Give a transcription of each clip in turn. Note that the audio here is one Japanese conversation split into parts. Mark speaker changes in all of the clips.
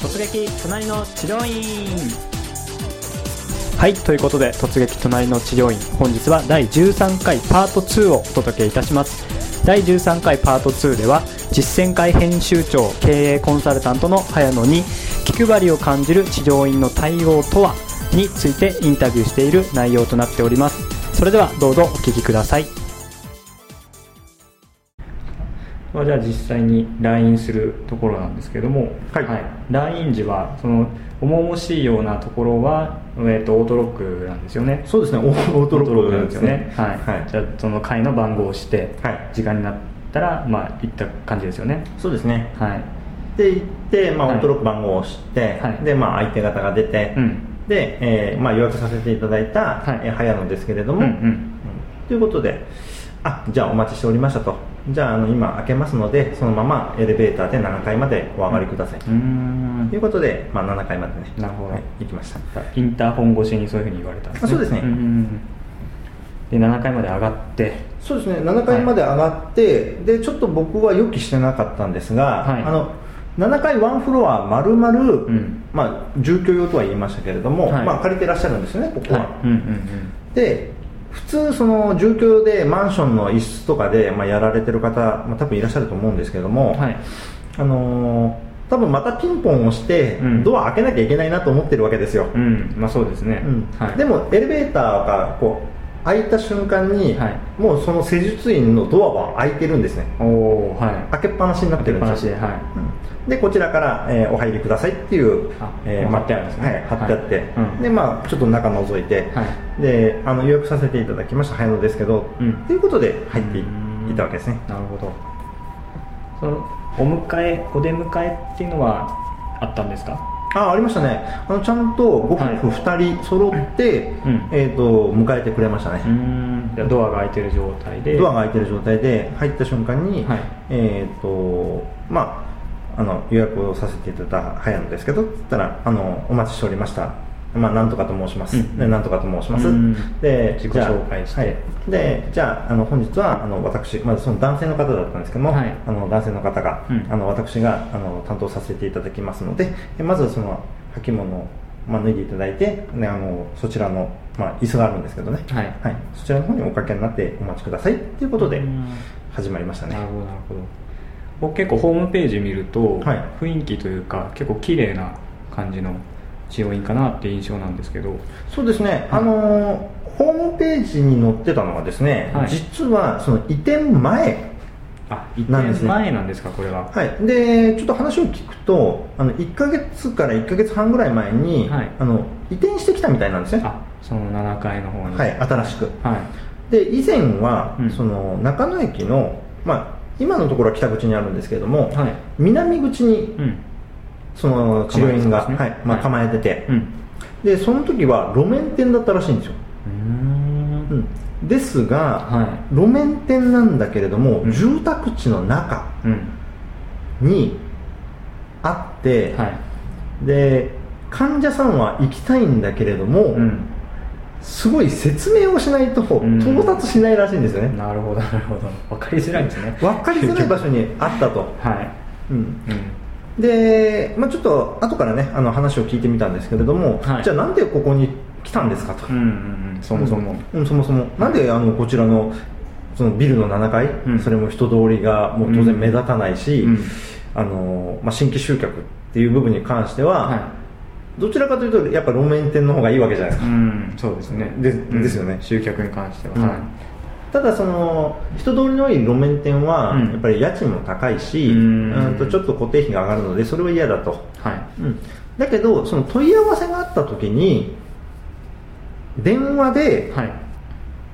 Speaker 1: 突撃隣の治療院はいということで突撃隣の治療院本日は第13回パート2をお届けいたします第13回パート2では実践会編集長経営コンサルタントの早野に気配りを感じる治療院の対応とはについてインタビューしている内容となっておりますそれではどうぞお聞きくださいまあ、じゃあ実際に来院するところなんですけども、
Speaker 2: はい
Speaker 1: 来院時はその重々しいようなところは、えー、とオートロックなんですよね
Speaker 2: そうですね、オーオートロックなんですよね。
Speaker 1: はい、じゃあその会の番号をして、
Speaker 2: はい
Speaker 1: 時間になったらまあ行った感じですよね
Speaker 2: そうですね。
Speaker 1: はい
Speaker 2: で、行って、まあ、オ
Speaker 1: はい
Speaker 2: ートロック番号を押して、
Speaker 1: はい
Speaker 2: で、まあ、相手方が出て、
Speaker 1: うん
Speaker 2: で、えーまあ、予約させていただいた、
Speaker 1: はい
Speaker 2: えー早野ですけれど
Speaker 1: う
Speaker 2: も、
Speaker 1: んう
Speaker 2: うん
Speaker 1: ん
Speaker 2: ということで、あじゃあお待ちしておりましたと、じゃああの今、開けますので、そのままエレベーターで7階までお上がりください、
Speaker 1: うーん
Speaker 2: ということで、まあ、7階までね、
Speaker 1: なるほど
Speaker 2: はい行きました。
Speaker 1: インターホン越しにそういうふうに言われたん
Speaker 2: あそうですね
Speaker 1: んんうんで7階まで上がって
Speaker 2: そうですね7階まで上がって、でちょっと僕は予期してなかったんですが、
Speaker 1: はい
Speaker 2: あの7階ワンフロア丸々、
Speaker 1: ん
Speaker 2: まあ、住居用とは言いましたけれども、
Speaker 1: はい
Speaker 2: まあ、借りてらっしゃるんですよねここは、
Speaker 1: はいうんうんうん
Speaker 2: で普通その住居用でマンションの一室とかで、まあ、やられてる方、まあ、多分いらっしゃると思うんですけども、
Speaker 1: はい
Speaker 2: あのー多分またピンポンをして、
Speaker 1: うん
Speaker 2: ドア開けなきゃいけないなと思ってるわけですよ、
Speaker 1: うんまあそうですね、
Speaker 2: うん
Speaker 1: はい、
Speaker 2: でもエレベーターがこう開いた瞬間に、
Speaker 1: はい
Speaker 2: もうその施術院のドアは開いてるんですね
Speaker 1: おおはい
Speaker 2: 開けっぱなしになってるんです
Speaker 1: 開
Speaker 2: よ
Speaker 1: けっぱなしではい
Speaker 2: うんでこちらから、えーお入りくださいっていう
Speaker 1: あ
Speaker 2: えー
Speaker 1: もう貼ってあるんですね
Speaker 2: はい貼ってあって、
Speaker 1: はいうん
Speaker 2: でまあちょっと中覗いて、
Speaker 1: は
Speaker 2: であの予約させていただきました早野ですけど、
Speaker 1: うん
Speaker 2: っていうことで入ってい
Speaker 1: うん
Speaker 2: いたわけですね
Speaker 1: なるほどそのお迎えお出迎えっていうのはあったんですか
Speaker 2: あありましたねあのちゃんとご夫婦2人揃って、
Speaker 1: うん
Speaker 2: えー、と迎えてくれましたね、
Speaker 1: んじゃあドアが開いてる状態で
Speaker 2: ドアが開いてる状態で入った瞬間に、
Speaker 1: はい
Speaker 2: えっ、とまああの予約をさせていただいた早野ですけどっつったらあの「お待ちしておりました」まあ、なんとかと申します、
Speaker 1: うん
Speaker 2: でなんとかと申します、
Speaker 1: うん
Speaker 2: で
Speaker 1: 自己
Speaker 2: じゃあ
Speaker 1: 紹介して
Speaker 2: はいでじゃああの本日はあの私、まずその男性の方だったんですけども、
Speaker 1: はい
Speaker 2: あの男性の方が、
Speaker 1: うん
Speaker 2: あの私があの担当させていただきますのでえまずはその履物を、まあ、脱いでいただいて、ね、あのそちらの、まあ、椅子があるんですけどね、
Speaker 1: はい
Speaker 2: はい、そちらの方におかけになってお待ちくださいっていうことで
Speaker 1: うん
Speaker 2: 始まりました
Speaker 1: なる
Speaker 2: ね
Speaker 1: ほどなるほど僕結構ホームページ見ると、
Speaker 2: はい
Speaker 1: 雰囲気というか結構綺麗な感じの治療院かなって印象なんですけど
Speaker 2: そうですね、あのーホームページに載ってたのはですね、
Speaker 1: はい
Speaker 2: 実はその移転前
Speaker 1: あ移
Speaker 2: なんです
Speaker 1: 転
Speaker 2: ね
Speaker 1: 前なんですかこれは
Speaker 2: はい、でちょっと話を聞くとあの1ヶ月から1ヶ月半ぐらい前に、
Speaker 1: はい
Speaker 2: あの移転してきたみたいなんですね、
Speaker 1: あその7階の方に
Speaker 2: はい、新しく
Speaker 1: は
Speaker 2: で以前は、
Speaker 1: うん
Speaker 2: その中野駅の、まあ、今のところは北口にあるんですけれども、
Speaker 1: はい
Speaker 2: 南口に
Speaker 1: いうん
Speaker 2: その治療院
Speaker 1: 構えてたんで
Speaker 2: が、
Speaker 1: すね
Speaker 2: はいまあ、
Speaker 1: はい
Speaker 2: 構えてて、
Speaker 1: うん
Speaker 2: でその時は路面店だったらしいんですよ、
Speaker 1: うーん
Speaker 2: うん、ですが、
Speaker 1: は
Speaker 2: 路面店なんだけれども、
Speaker 1: うん
Speaker 2: 住宅地の中
Speaker 1: いうん
Speaker 2: にあって、
Speaker 1: はい
Speaker 2: で患者さんは行きたいんだけれども、
Speaker 1: うん
Speaker 2: すごい説明をしないと
Speaker 1: ん
Speaker 2: 到達しないらしいんですよね、
Speaker 1: なるほどなるほど分かりづらいんですね
Speaker 2: 分かりづらい場所にあったと、
Speaker 1: はい
Speaker 2: うん、
Speaker 1: うん
Speaker 2: で、まあ、ちょっと後からねあの話を聞いてみたんですけれども、
Speaker 1: はい
Speaker 2: じゃあなんでここに来たんですかと、
Speaker 1: うんうんうんそもそも、
Speaker 2: うん、うんそもそもなんであのこちらのそのビルの7階、
Speaker 1: うん
Speaker 2: それも人通りがもう当然目立たないし、
Speaker 1: うん
Speaker 2: あのまあ、新規集客っていう部分に関しては、
Speaker 1: は
Speaker 2: どちらかというとやっぱ路面店の方がいいわけじゃないです
Speaker 1: い、う
Speaker 2: か、
Speaker 1: ん、そうですね
Speaker 2: で
Speaker 1: うん
Speaker 2: ですよね
Speaker 1: 集客に関しては、
Speaker 2: うんただその人通りの多い路面店は
Speaker 1: うん
Speaker 2: やっぱり家賃も高いし、
Speaker 1: うん
Speaker 2: うんとちょっと固定費が上がるのでそれは嫌だと、
Speaker 1: はいは
Speaker 2: うん、だけどその問い合わせがあった時に電話
Speaker 1: い
Speaker 2: で
Speaker 1: はい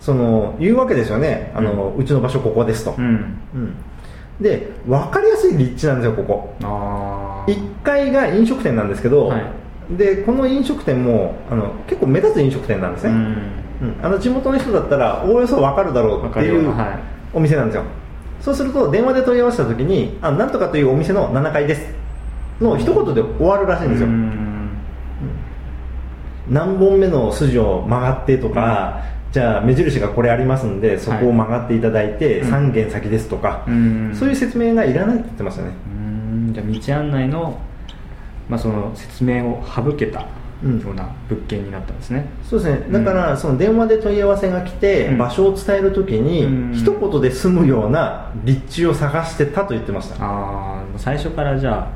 Speaker 2: その言うわけですよねあの、うちの場所ここですと
Speaker 1: う、ん
Speaker 2: うん、で分かりやすい立地なんですよここ
Speaker 1: ああ
Speaker 2: 1階が飲食店なんですけど、
Speaker 1: はい
Speaker 2: でこの飲食店もあの結構目立つ飲食店なんです
Speaker 1: う
Speaker 2: ね、
Speaker 1: ん
Speaker 2: うんあの地元の人だったらおおよそ分かるだろうって
Speaker 1: 分
Speaker 2: い
Speaker 1: かるよ
Speaker 2: う
Speaker 1: うなはい
Speaker 2: お店なんですよそうすると電話で問い合わせた時に「あなんとかというお店の7階です」の一言で終わるらしいんですよ、
Speaker 1: うん
Speaker 2: 何本目の筋を曲がってとか、じゃあ目印がこれありますんでそこを曲がっていただいて
Speaker 1: はい
Speaker 2: 3軒先ですとか、
Speaker 1: うん
Speaker 2: そういう説明がいらないって言ってましたね
Speaker 1: うんじゃあ道案内のまあ、その説明を省けたよ
Speaker 2: うん
Speaker 1: うな物件になったんですね、
Speaker 2: そうですね
Speaker 1: うん
Speaker 2: だからその電話で問い合わせが来て、
Speaker 1: うん
Speaker 2: 場所を伝えるときに、
Speaker 1: うん
Speaker 2: 一言で済むような立地を探してたと言ってました
Speaker 1: ああ最初からじゃあ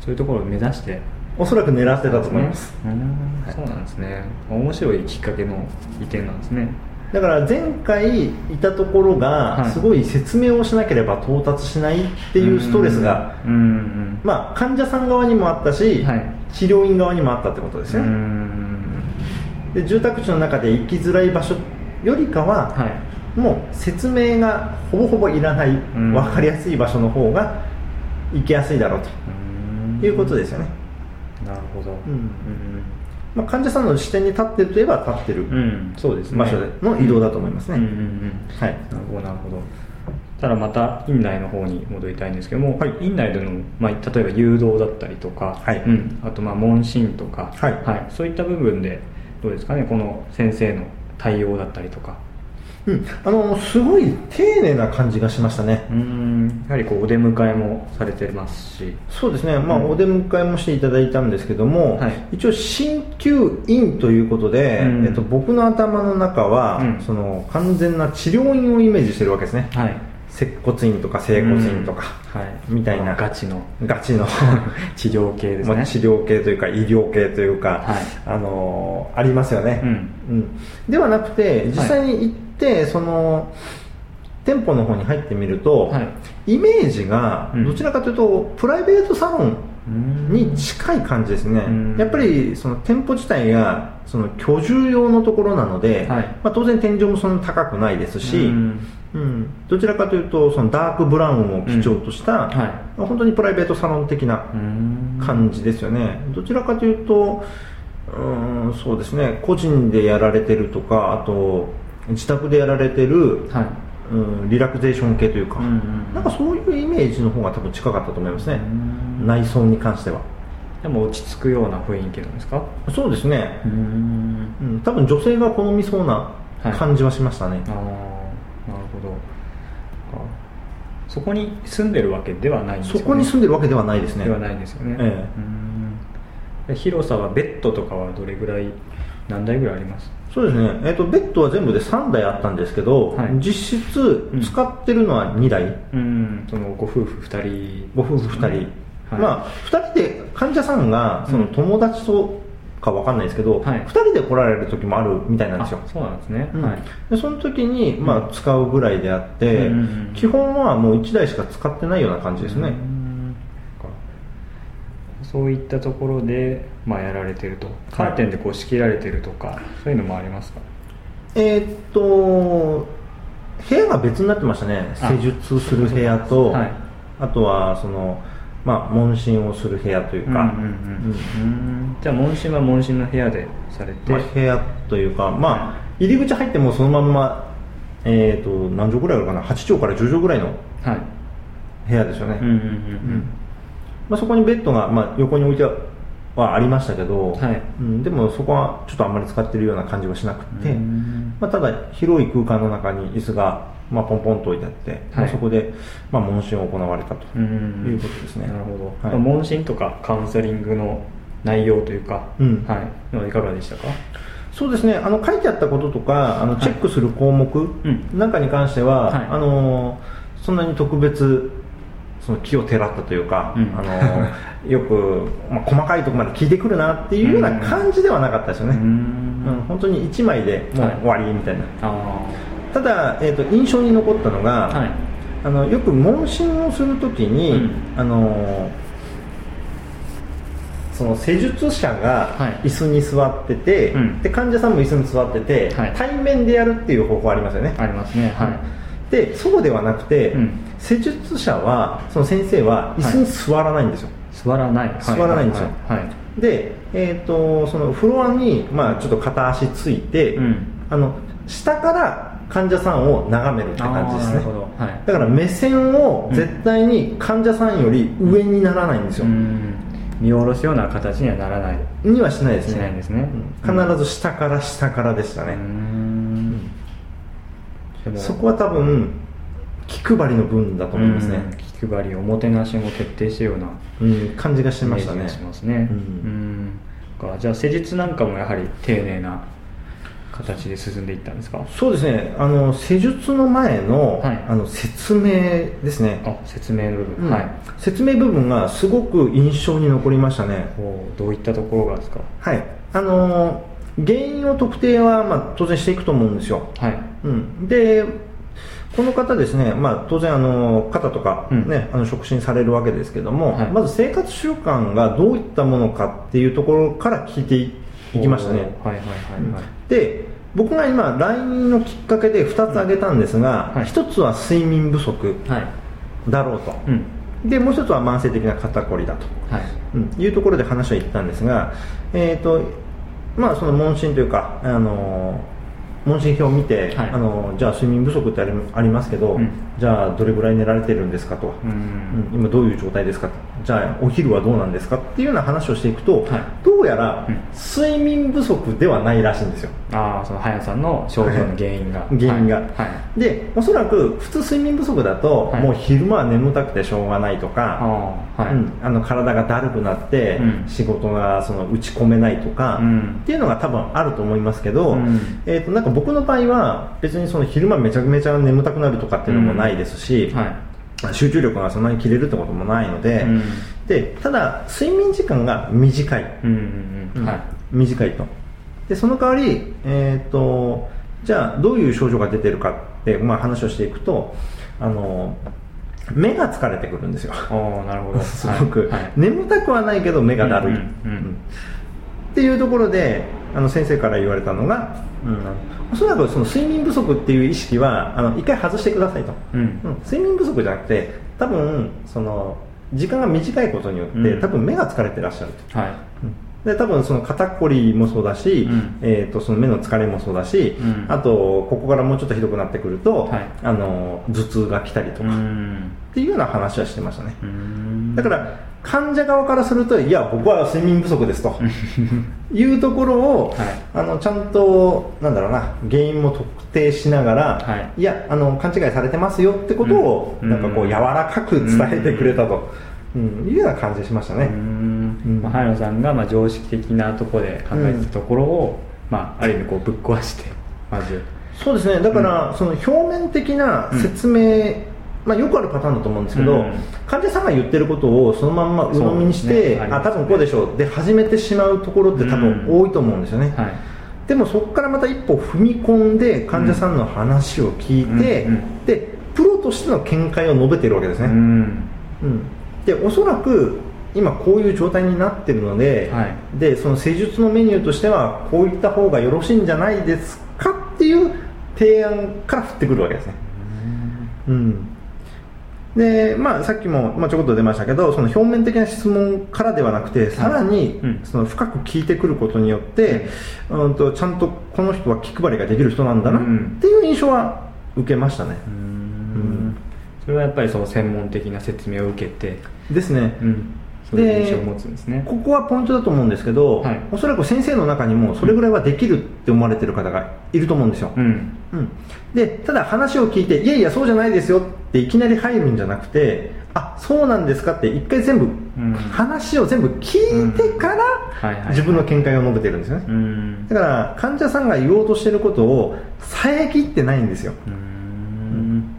Speaker 1: そういうところを目指して
Speaker 2: おそらく狙ってたと思います、
Speaker 1: うん
Speaker 2: はい
Speaker 1: そうなんですね面白いきっかけの移転なんですね
Speaker 2: だから前回いたところ
Speaker 1: は
Speaker 2: が
Speaker 1: い
Speaker 2: すごい説明をしなければ到達しないっていうストレスが、
Speaker 1: うんうん
Speaker 2: まあ、患者さん側にもあったし、
Speaker 1: はい
Speaker 2: 治療院側にもあったってことです
Speaker 1: う
Speaker 2: ね、
Speaker 1: ん
Speaker 2: で住宅地の中で行きづらい場所よりかは、
Speaker 1: はい
Speaker 2: もう説明がほぼほぼいらない、
Speaker 1: ん
Speaker 2: 分かりやすい場所の方が行きやすいだろう
Speaker 1: うん
Speaker 2: ということですよね、
Speaker 1: なるほど
Speaker 2: うんまあ、患者さんの視点に立ってるといえば立ってる
Speaker 1: うん、うんそうですね
Speaker 2: 場所での移動だと思いますね、
Speaker 1: うんうんうん
Speaker 2: はい、
Speaker 1: なるほどなるほどただまた院内の方に戻りたいんですけども、
Speaker 2: はい
Speaker 1: 院内での、まあ、例えば誘導だったりとか、
Speaker 2: はい
Speaker 1: うん、あとまあ問診とか、
Speaker 2: はい
Speaker 1: そういった部分でどうですかねこの先生の対応だったりとか
Speaker 2: うん、あのすごい丁寧な感じがしましたね、
Speaker 1: うんやはりこうお出迎えもされてますし
Speaker 2: そうですね、まあ
Speaker 1: うん
Speaker 2: お出迎えもしていただいたんですけども、
Speaker 1: はい
Speaker 2: 一応、鍼灸院ということで、
Speaker 1: うん
Speaker 2: えっと、僕の頭の中は、
Speaker 1: うん
Speaker 2: その完全な治療院をイメージしてるわけですね、
Speaker 1: はい
Speaker 2: 接骨院とか整骨院とか、
Speaker 1: うんはい、
Speaker 2: みたいな
Speaker 1: ガチの
Speaker 2: ガチの、
Speaker 1: 治療系ですね、
Speaker 2: まあ治療系というか、医療系というか、
Speaker 1: はい
Speaker 2: あのーありますよね、
Speaker 1: うん
Speaker 2: うんではなくて、実際に行って、その店舗の方に入ってみると、
Speaker 1: はい
Speaker 2: イメージが
Speaker 1: うん
Speaker 2: どちらかというと、プライベートサロン
Speaker 1: うん
Speaker 2: に近い感じですね、
Speaker 1: うん
Speaker 2: やっぱりその店舗自体がその居住用のところなので、
Speaker 1: はい
Speaker 2: まあ、当然天井もそんな高くないですし、
Speaker 1: う
Speaker 2: うんんどちらかというとそのダークブラウンを基調とした、
Speaker 1: んはい
Speaker 2: まあ本当にプライベートサロン的な
Speaker 1: うん
Speaker 2: 感じですよね、どちらかというとうーんそうですね個人でやられてるとかあと自宅でやられてる、
Speaker 1: はい
Speaker 2: うん、リラクゼーション系というか、
Speaker 1: うんうんうん
Speaker 2: なんかそういうイメージの方が多分近かったと思いますね、
Speaker 1: うん
Speaker 2: 内装に関しては
Speaker 1: でも落ち着くような雰囲気なんですか
Speaker 2: そうですね、
Speaker 1: ん
Speaker 2: うん、多分女性が好みそうな感じはしましたね、
Speaker 1: ああなるほどあそこに住んでるわけではないんですよ
Speaker 2: そ
Speaker 1: ね
Speaker 2: こに住んでるわけではないですね
Speaker 1: ではないんですよね、
Speaker 2: ええ
Speaker 1: うんで広さはベッドとかはどれぐらい何台ぐらいあります
Speaker 2: そうですね、えっとベッドは全部で3台あったんですけど、
Speaker 1: はい
Speaker 2: 実質
Speaker 1: うん
Speaker 2: 使ってるのは2台、
Speaker 1: うんそのご夫婦2人
Speaker 2: ご夫婦2人、
Speaker 1: はい
Speaker 2: まあ2人で患者さんがその
Speaker 1: うん
Speaker 2: 友達とかわかんないですけど、
Speaker 1: はい
Speaker 2: 2人で来られる時もあるみたいなんですよ
Speaker 1: あそうなんですね、
Speaker 2: うん
Speaker 1: はい
Speaker 2: でその時に、まあ、使うぐらいであって、
Speaker 1: うんうんうん
Speaker 2: 基本はもう1台しか使ってないような感じですね、
Speaker 1: うんそういったところで、まあ、やられてるとカーテンでこう仕切られてるとか、そういうのもありますか
Speaker 2: えーっと部屋が別になってましたね
Speaker 1: あ
Speaker 2: 施術する部屋と、
Speaker 1: はい
Speaker 2: あとはその、まあ、問診をする部屋という
Speaker 1: う
Speaker 2: か、
Speaker 1: んうん
Speaker 2: うん
Speaker 1: うんうんじゃあ問診は問診の部屋でされて、
Speaker 2: まあ、部屋というか、まあ、入り口入ってもそのまんま、えー、と何畳ぐらいあるかな8畳から10畳ぐらいの
Speaker 1: はい
Speaker 2: 部屋ですよね、
Speaker 1: うんうん
Speaker 2: まあ、そこにベッドが、まあ、横に置いてはありましたけど、
Speaker 1: はい
Speaker 2: うん、でもそこはちょっとあんまり使ってるような感じはしなくて、
Speaker 1: うん
Speaker 2: まあ、ただ広い空間の中に椅子が、まあ、ポンポンと置いてあって、まあそこで、まあ、問診を行われたと
Speaker 1: うんうんうん
Speaker 2: いうことですね、
Speaker 1: なるほど、
Speaker 2: はい
Speaker 1: まあ問診とかカウンセリングの内容というか、
Speaker 2: うん
Speaker 1: はいのはいかがでしたか
Speaker 2: そうですねあの書いてあったこととかあの
Speaker 1: はい
Speaker 2: チェックする項目
Speaker 1: ん
Speaker 2: なんかに関しては、
Speaker 1: はい
Speaker 2: あのそんなに特別その木をてらったというか、
Speaker 1: うん
Speaker 2: あのよく、まあ、細かいところまで聞いてくるなっていうような感じではなかったですよね、
Speaker 1: う
Speaker 2: うん
Speaker 1: ん
Speaker 2: 本当に1枚でもう
Speaker 1: はい
Speaker 2: 終わりみたいな、
Speaker 1: あ
Speaker 2: ただ、えー、と印象に残ったのが、
Speaker 1: あはい
Speaker 2: あのよく問診をするときに、
Speaker 1: うん
Speaker 2: あのその施術者が
Speaker 1: はい
Speaker 2: 椅子に座ってて、
Speaker 1: うん
Speaker 2: で患者さんも椅子に座ってて、
Speaker 1: はい
Speaker 2: 対面でやるっていう方法ありますよね、
Speaker 1: ありますねはい、
Speaker 2: でそうではなくて、
Speaker 1: うん
Speaker 2: 施術者はその先生は椅子に座らないんですよ、
Speaker 1: 座らないは
Speaker 2: 座らないんですよ
Speaker 1: はい、はい
Speaker 2: で、えー、とそのフロアに、まあ、ちょっと片足ついて、
Speaker 1: うん
Speaker 2: あの下から患者さんを眺めるって感じです
Speaker 1: あ
Speaker 2: ね
Speaker 1: ーなるほどはい
Speaker 2: だから目線を絶対に患者さんより上にならないんですよ、
Speaker 1: うん見下ろすような形にはならない
Speaker 2: にはしないですね
Speaker 1: しないですね
Speaker 2: うん必ず下から下からでした
Speaker 1: う
Speaker 2: ね、
Speaker 1: んでも
Speaker 2: そこは多分気配りの分だと思いますね、
Speaker 1: 気配りおもてなしも徹底してるような
Speaker 2: うん感じがし
Speaker 1: イメ
Speaker 2: ま
Speaker 1: ー
Speaker 2: し
Speaker 1: ジ
Speaker 2: た
Speaker 1: が
Speaker 2: ね
Speaker 1: しますね
Speaker 2: う
Speaker 1: うんんかじゃあ施術なんかもやはり丁寧な形で進んでいったんですか
Speaker 2: そうですねあの施術の前の,、
Speaker 1: はい
Speaker 2: あの説明ですね
Speaker 1: あ説明の部分、
Speaker 2: うん
Speaker 1: はい
Speaker 2: 説明部分がすごく印象に残りましたね
Speaker 1: こうどういったところがですか
Speaker 2: はいあの原因の特定は、まあ、当然していくと思うんですよ、
Speaker 1: はい
Speaker 2: うん、でこの方ですね、まあ、当然あの肩とか、
Speaker 1: うん
Speaker 2: ねあの触診されるわけですけども、
Speaker 1: はい
Speaker 2: まず生活習慣がどういったものかっていうところから聞いていいきましたね
Speaker 1: おーはいはいはいはい、
Speaker 2: で僕が今来任のきっかけで2つ挙げたんですが、
Speaker 1: はい
Speaker 2: 1つは睡眠不足
Speaker 1: はい
Speaker 2: だろうと、
Speaker 1: うん
Speaker 2: でもう1つは慢性的な肩こりだと、
Speaker 1: はい
Speaker 2: うんいうところで話は言ったんですが、えーとまあ、その問診というか、あの問診票を見て、
Speaker 1: はい
Speaker 2: あのじゃあ睡眠不足ってありありますけど、
Speaker 1: うん
Speaker 2: じゃあどれぐらい寝られてるんですかとか、
Speaker 1: うん
Speaker 2: うん今どういう状態ですかとじゃあお昼はどうなんですかっていうような話をしていくと、
Speaker 1: はい
Speaker 2: どうやら
Speaker 1: うん
Speaker 2: 睡眠不足ではないらしいんですよ。
Speaker 1: ああその早さんの症状の原因が
Speaker 2: はい原因が
Speaker 1: はいはい
Speaker 2: でおそらく普通睡眠不足だと、
Speaker 1: はい
Speaker 2: もう昼間は眠たくてしょうがないとか、
Speaker 1: ああはい、
Speaker 2: うん、あの体がだるくなって、
Speaker 1: うん
Speaker 2: 仕事がその打ち込めないとか、
Speaker 1: うん
Speaker 2: っていうのが多分あると思いますけ
Speaker 1: う
Speaker 2: ど、
Speaker 1: ん
Speaker 2: えー、となんか僕の場合は別にその昼間めちゃめちゃ眠たくなるとかっていうのもないですし、
Speaker 1: は
Speaker 2: 集中力がそんなに切れるってこともないので,、
Speaker 1: うん
Speaker 2: でただ睡眠時間が短い
Speaker 1: い、うんうんうんはい
Speaker 2: 短いとでその代わり、えー、とじゃあどういう症状が出てるかって、まあ、話をしていくとあの目が疲れてくるんですよ
Speaker 1: おおなるほど
Speaker 2: すごく、
Speaker 1: はいはい
Speaker 2: 眠たくはないけど目がだるい、
Speaker 1: うんうんうん
Speaker 2: っていうところであの先生から言われたのが、うん、おそらくその睡眠不足っていう意識はあの一回外してくださいと、
Speaker 1: うん
Speaker 2: うん睡眠不足じゃなくて多分その時間が短いことによって、
Speaker 1: うん
Speaker 2: 多分目が疲れてらっしゃると、
Speaker 1: はい
Speaker 2: うんで多分その肩こりもそうだし、
Speaker 1: うん
Speaker 2: えー、とその目の疲れもそうだし、
Speaker 1: うん
Speaker 2: あとここからもうちょっとひどくなってくると、
Speaker 1: はい
Speaker 2: あの頭痛が来たりと
Speaker 1: う
Speaker 2: か、っ
Speaker 1: ん
Speaker 2: ていうような話はしてましたね、
Speaker 1: うん
Speaker 2: だから患者側からするといや僕は睡眠不 足ですというところを、
Speaker 1: はい
Speaker 2: あのちゃんとなんだろうな原因も特定しながら、、
Speaker 1: はい
Speaker 2: やあの勘違いされてますよってことを、
Speaker 1: うん
Speaker 2: なんかこう
Speaker 1: うん
Speaker 2: 柔らかく伝えてくれたと、うんいうような感じしましたね、
Speaker 1: うんまあ、早野さんがまあ常識的なところで考えてたところを、まあ、ある意味こうぶっ壊してまず
Speaker 2: そうですねだから、その表面的な説明、まあ、よくあるパターンだと思うんですけど、
Speaker 1: うん
Speaker 2: 患者さんが言ってることをそのまんま鵜呑みに
Speaker 1: そ
Speaker 2: し
Speaker 1: うで
Speaker 2: て、
Speaker 1: すねあり
Speaker 2: あ
Speaker 1: ますね
Speaker 2: 多分こうでしょうで始めてしまうところって多分
Speaker 1: うん
Speaker 2: 多いと思うんですよね、
Speaker 1: はい
Speaker 2: でもそこからまた一歩踏み込んで患者さんの話を聞いて、
Speaker 1: うんうん
Speaker 2: でプロとしての見解を述べてるわけです
Speaker 1: う
Speaker 2: ね、
Speaker 1: ん
Speaker 2: うんでおそらく今こういう状態になってるので,、
Speaker 1: は
Speaker 2: でその施術のメニューとしてはこういった方がよろしいんじゃないですかっていう提案から振ってくるわけですね、うんでまあ、さっきも、まあ、ちょこっと出ましたけどその表面的な質問からではなくてさらに、
Speaker 1: うん
Speaker 2: その深く聞いてくることによって、うん、とちゃんとこの人は気配りができる人なんだな
Speaker 1: うん
Speaker 2: っていう印象は受けましたね、
Speaker 1: うんそれはやっぱりその専門的な説明を受けて、
Speaker 2: ですね、
Speaker 1: うん、そういう印象を持つんですね
Speaker 2: ここはポイントだと思うんですけど、
Speaker 1: はい
Speaker 2: おそらく先生の中にもそれぐらいはできるって思われてる方がいると思うんですよ、
Speaker 1: うん
Speaker 2: うん、でただ話を聞いていやいやそうじゃないですよっていきなり入るんじゃなくてあそうなんですかって一回全部、
Speaker 1: ん
Speaker 2: 話を全部聞いてから、
Speaker 1: はいはい
Speaker 2: 自分の見解を述べてるんですよね、
Speaker 1: うん
Speaker 2: だから患者さんが言おうとしてることを遮ってないんですよ
Speaker 1: うん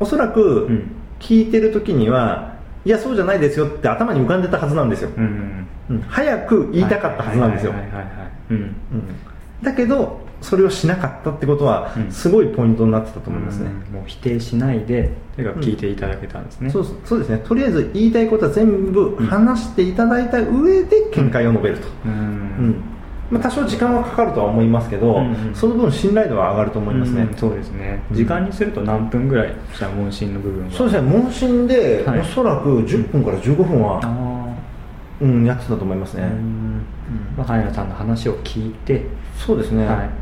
Speaker 2: おそらく
Speaker 1: うん
Speaker 2: 聞いてる時には、いやそうじゃないですよって頭に浮かんでたはずなんですよ、
Speaker 1: うん
Speaker 2: うん早く言いたかったはずなんですよ、
Speaker 1: はいはいはいはいはいうん
Speaker 2: うんだけどそれをしなかったってことは
Speaker 1: うん
Speaker 2: すごいポイントになってたと思いますね、
Speaker 1: うんもう否定しないでとにかく聞いていただけたんですね、
Speaker 2: そうそうですねとりあえず言いたいことは全部話していただいた上で見解を述べると、
Speaker 1: う
Speaker 2: うん
Speaker 1: ん
Speaker 2: まあ、多少時間はかかるとは思いますけど、
Speaker 1: うんうん
Speaker 2: その分信頼度は上がると思いますね、
Speaker 1: うんそうですね、
Speaker 2: うん
Speaker 1: 時間にすると何分ぐらいじゃあ問診の部分は
Speaker 2: そうですね問診で、
Speaker 1: はい
Speaker 2: おそらく10分から15分
Speaker 1: あ
Speaker 2: は、うん、やってたと思います
Speaker 1: あ
Speaker 2: ね、
Speaker 1: うんまあ、早野さんの話を聞いて、
Speaker 2: そうですね、
Speaker 1: はい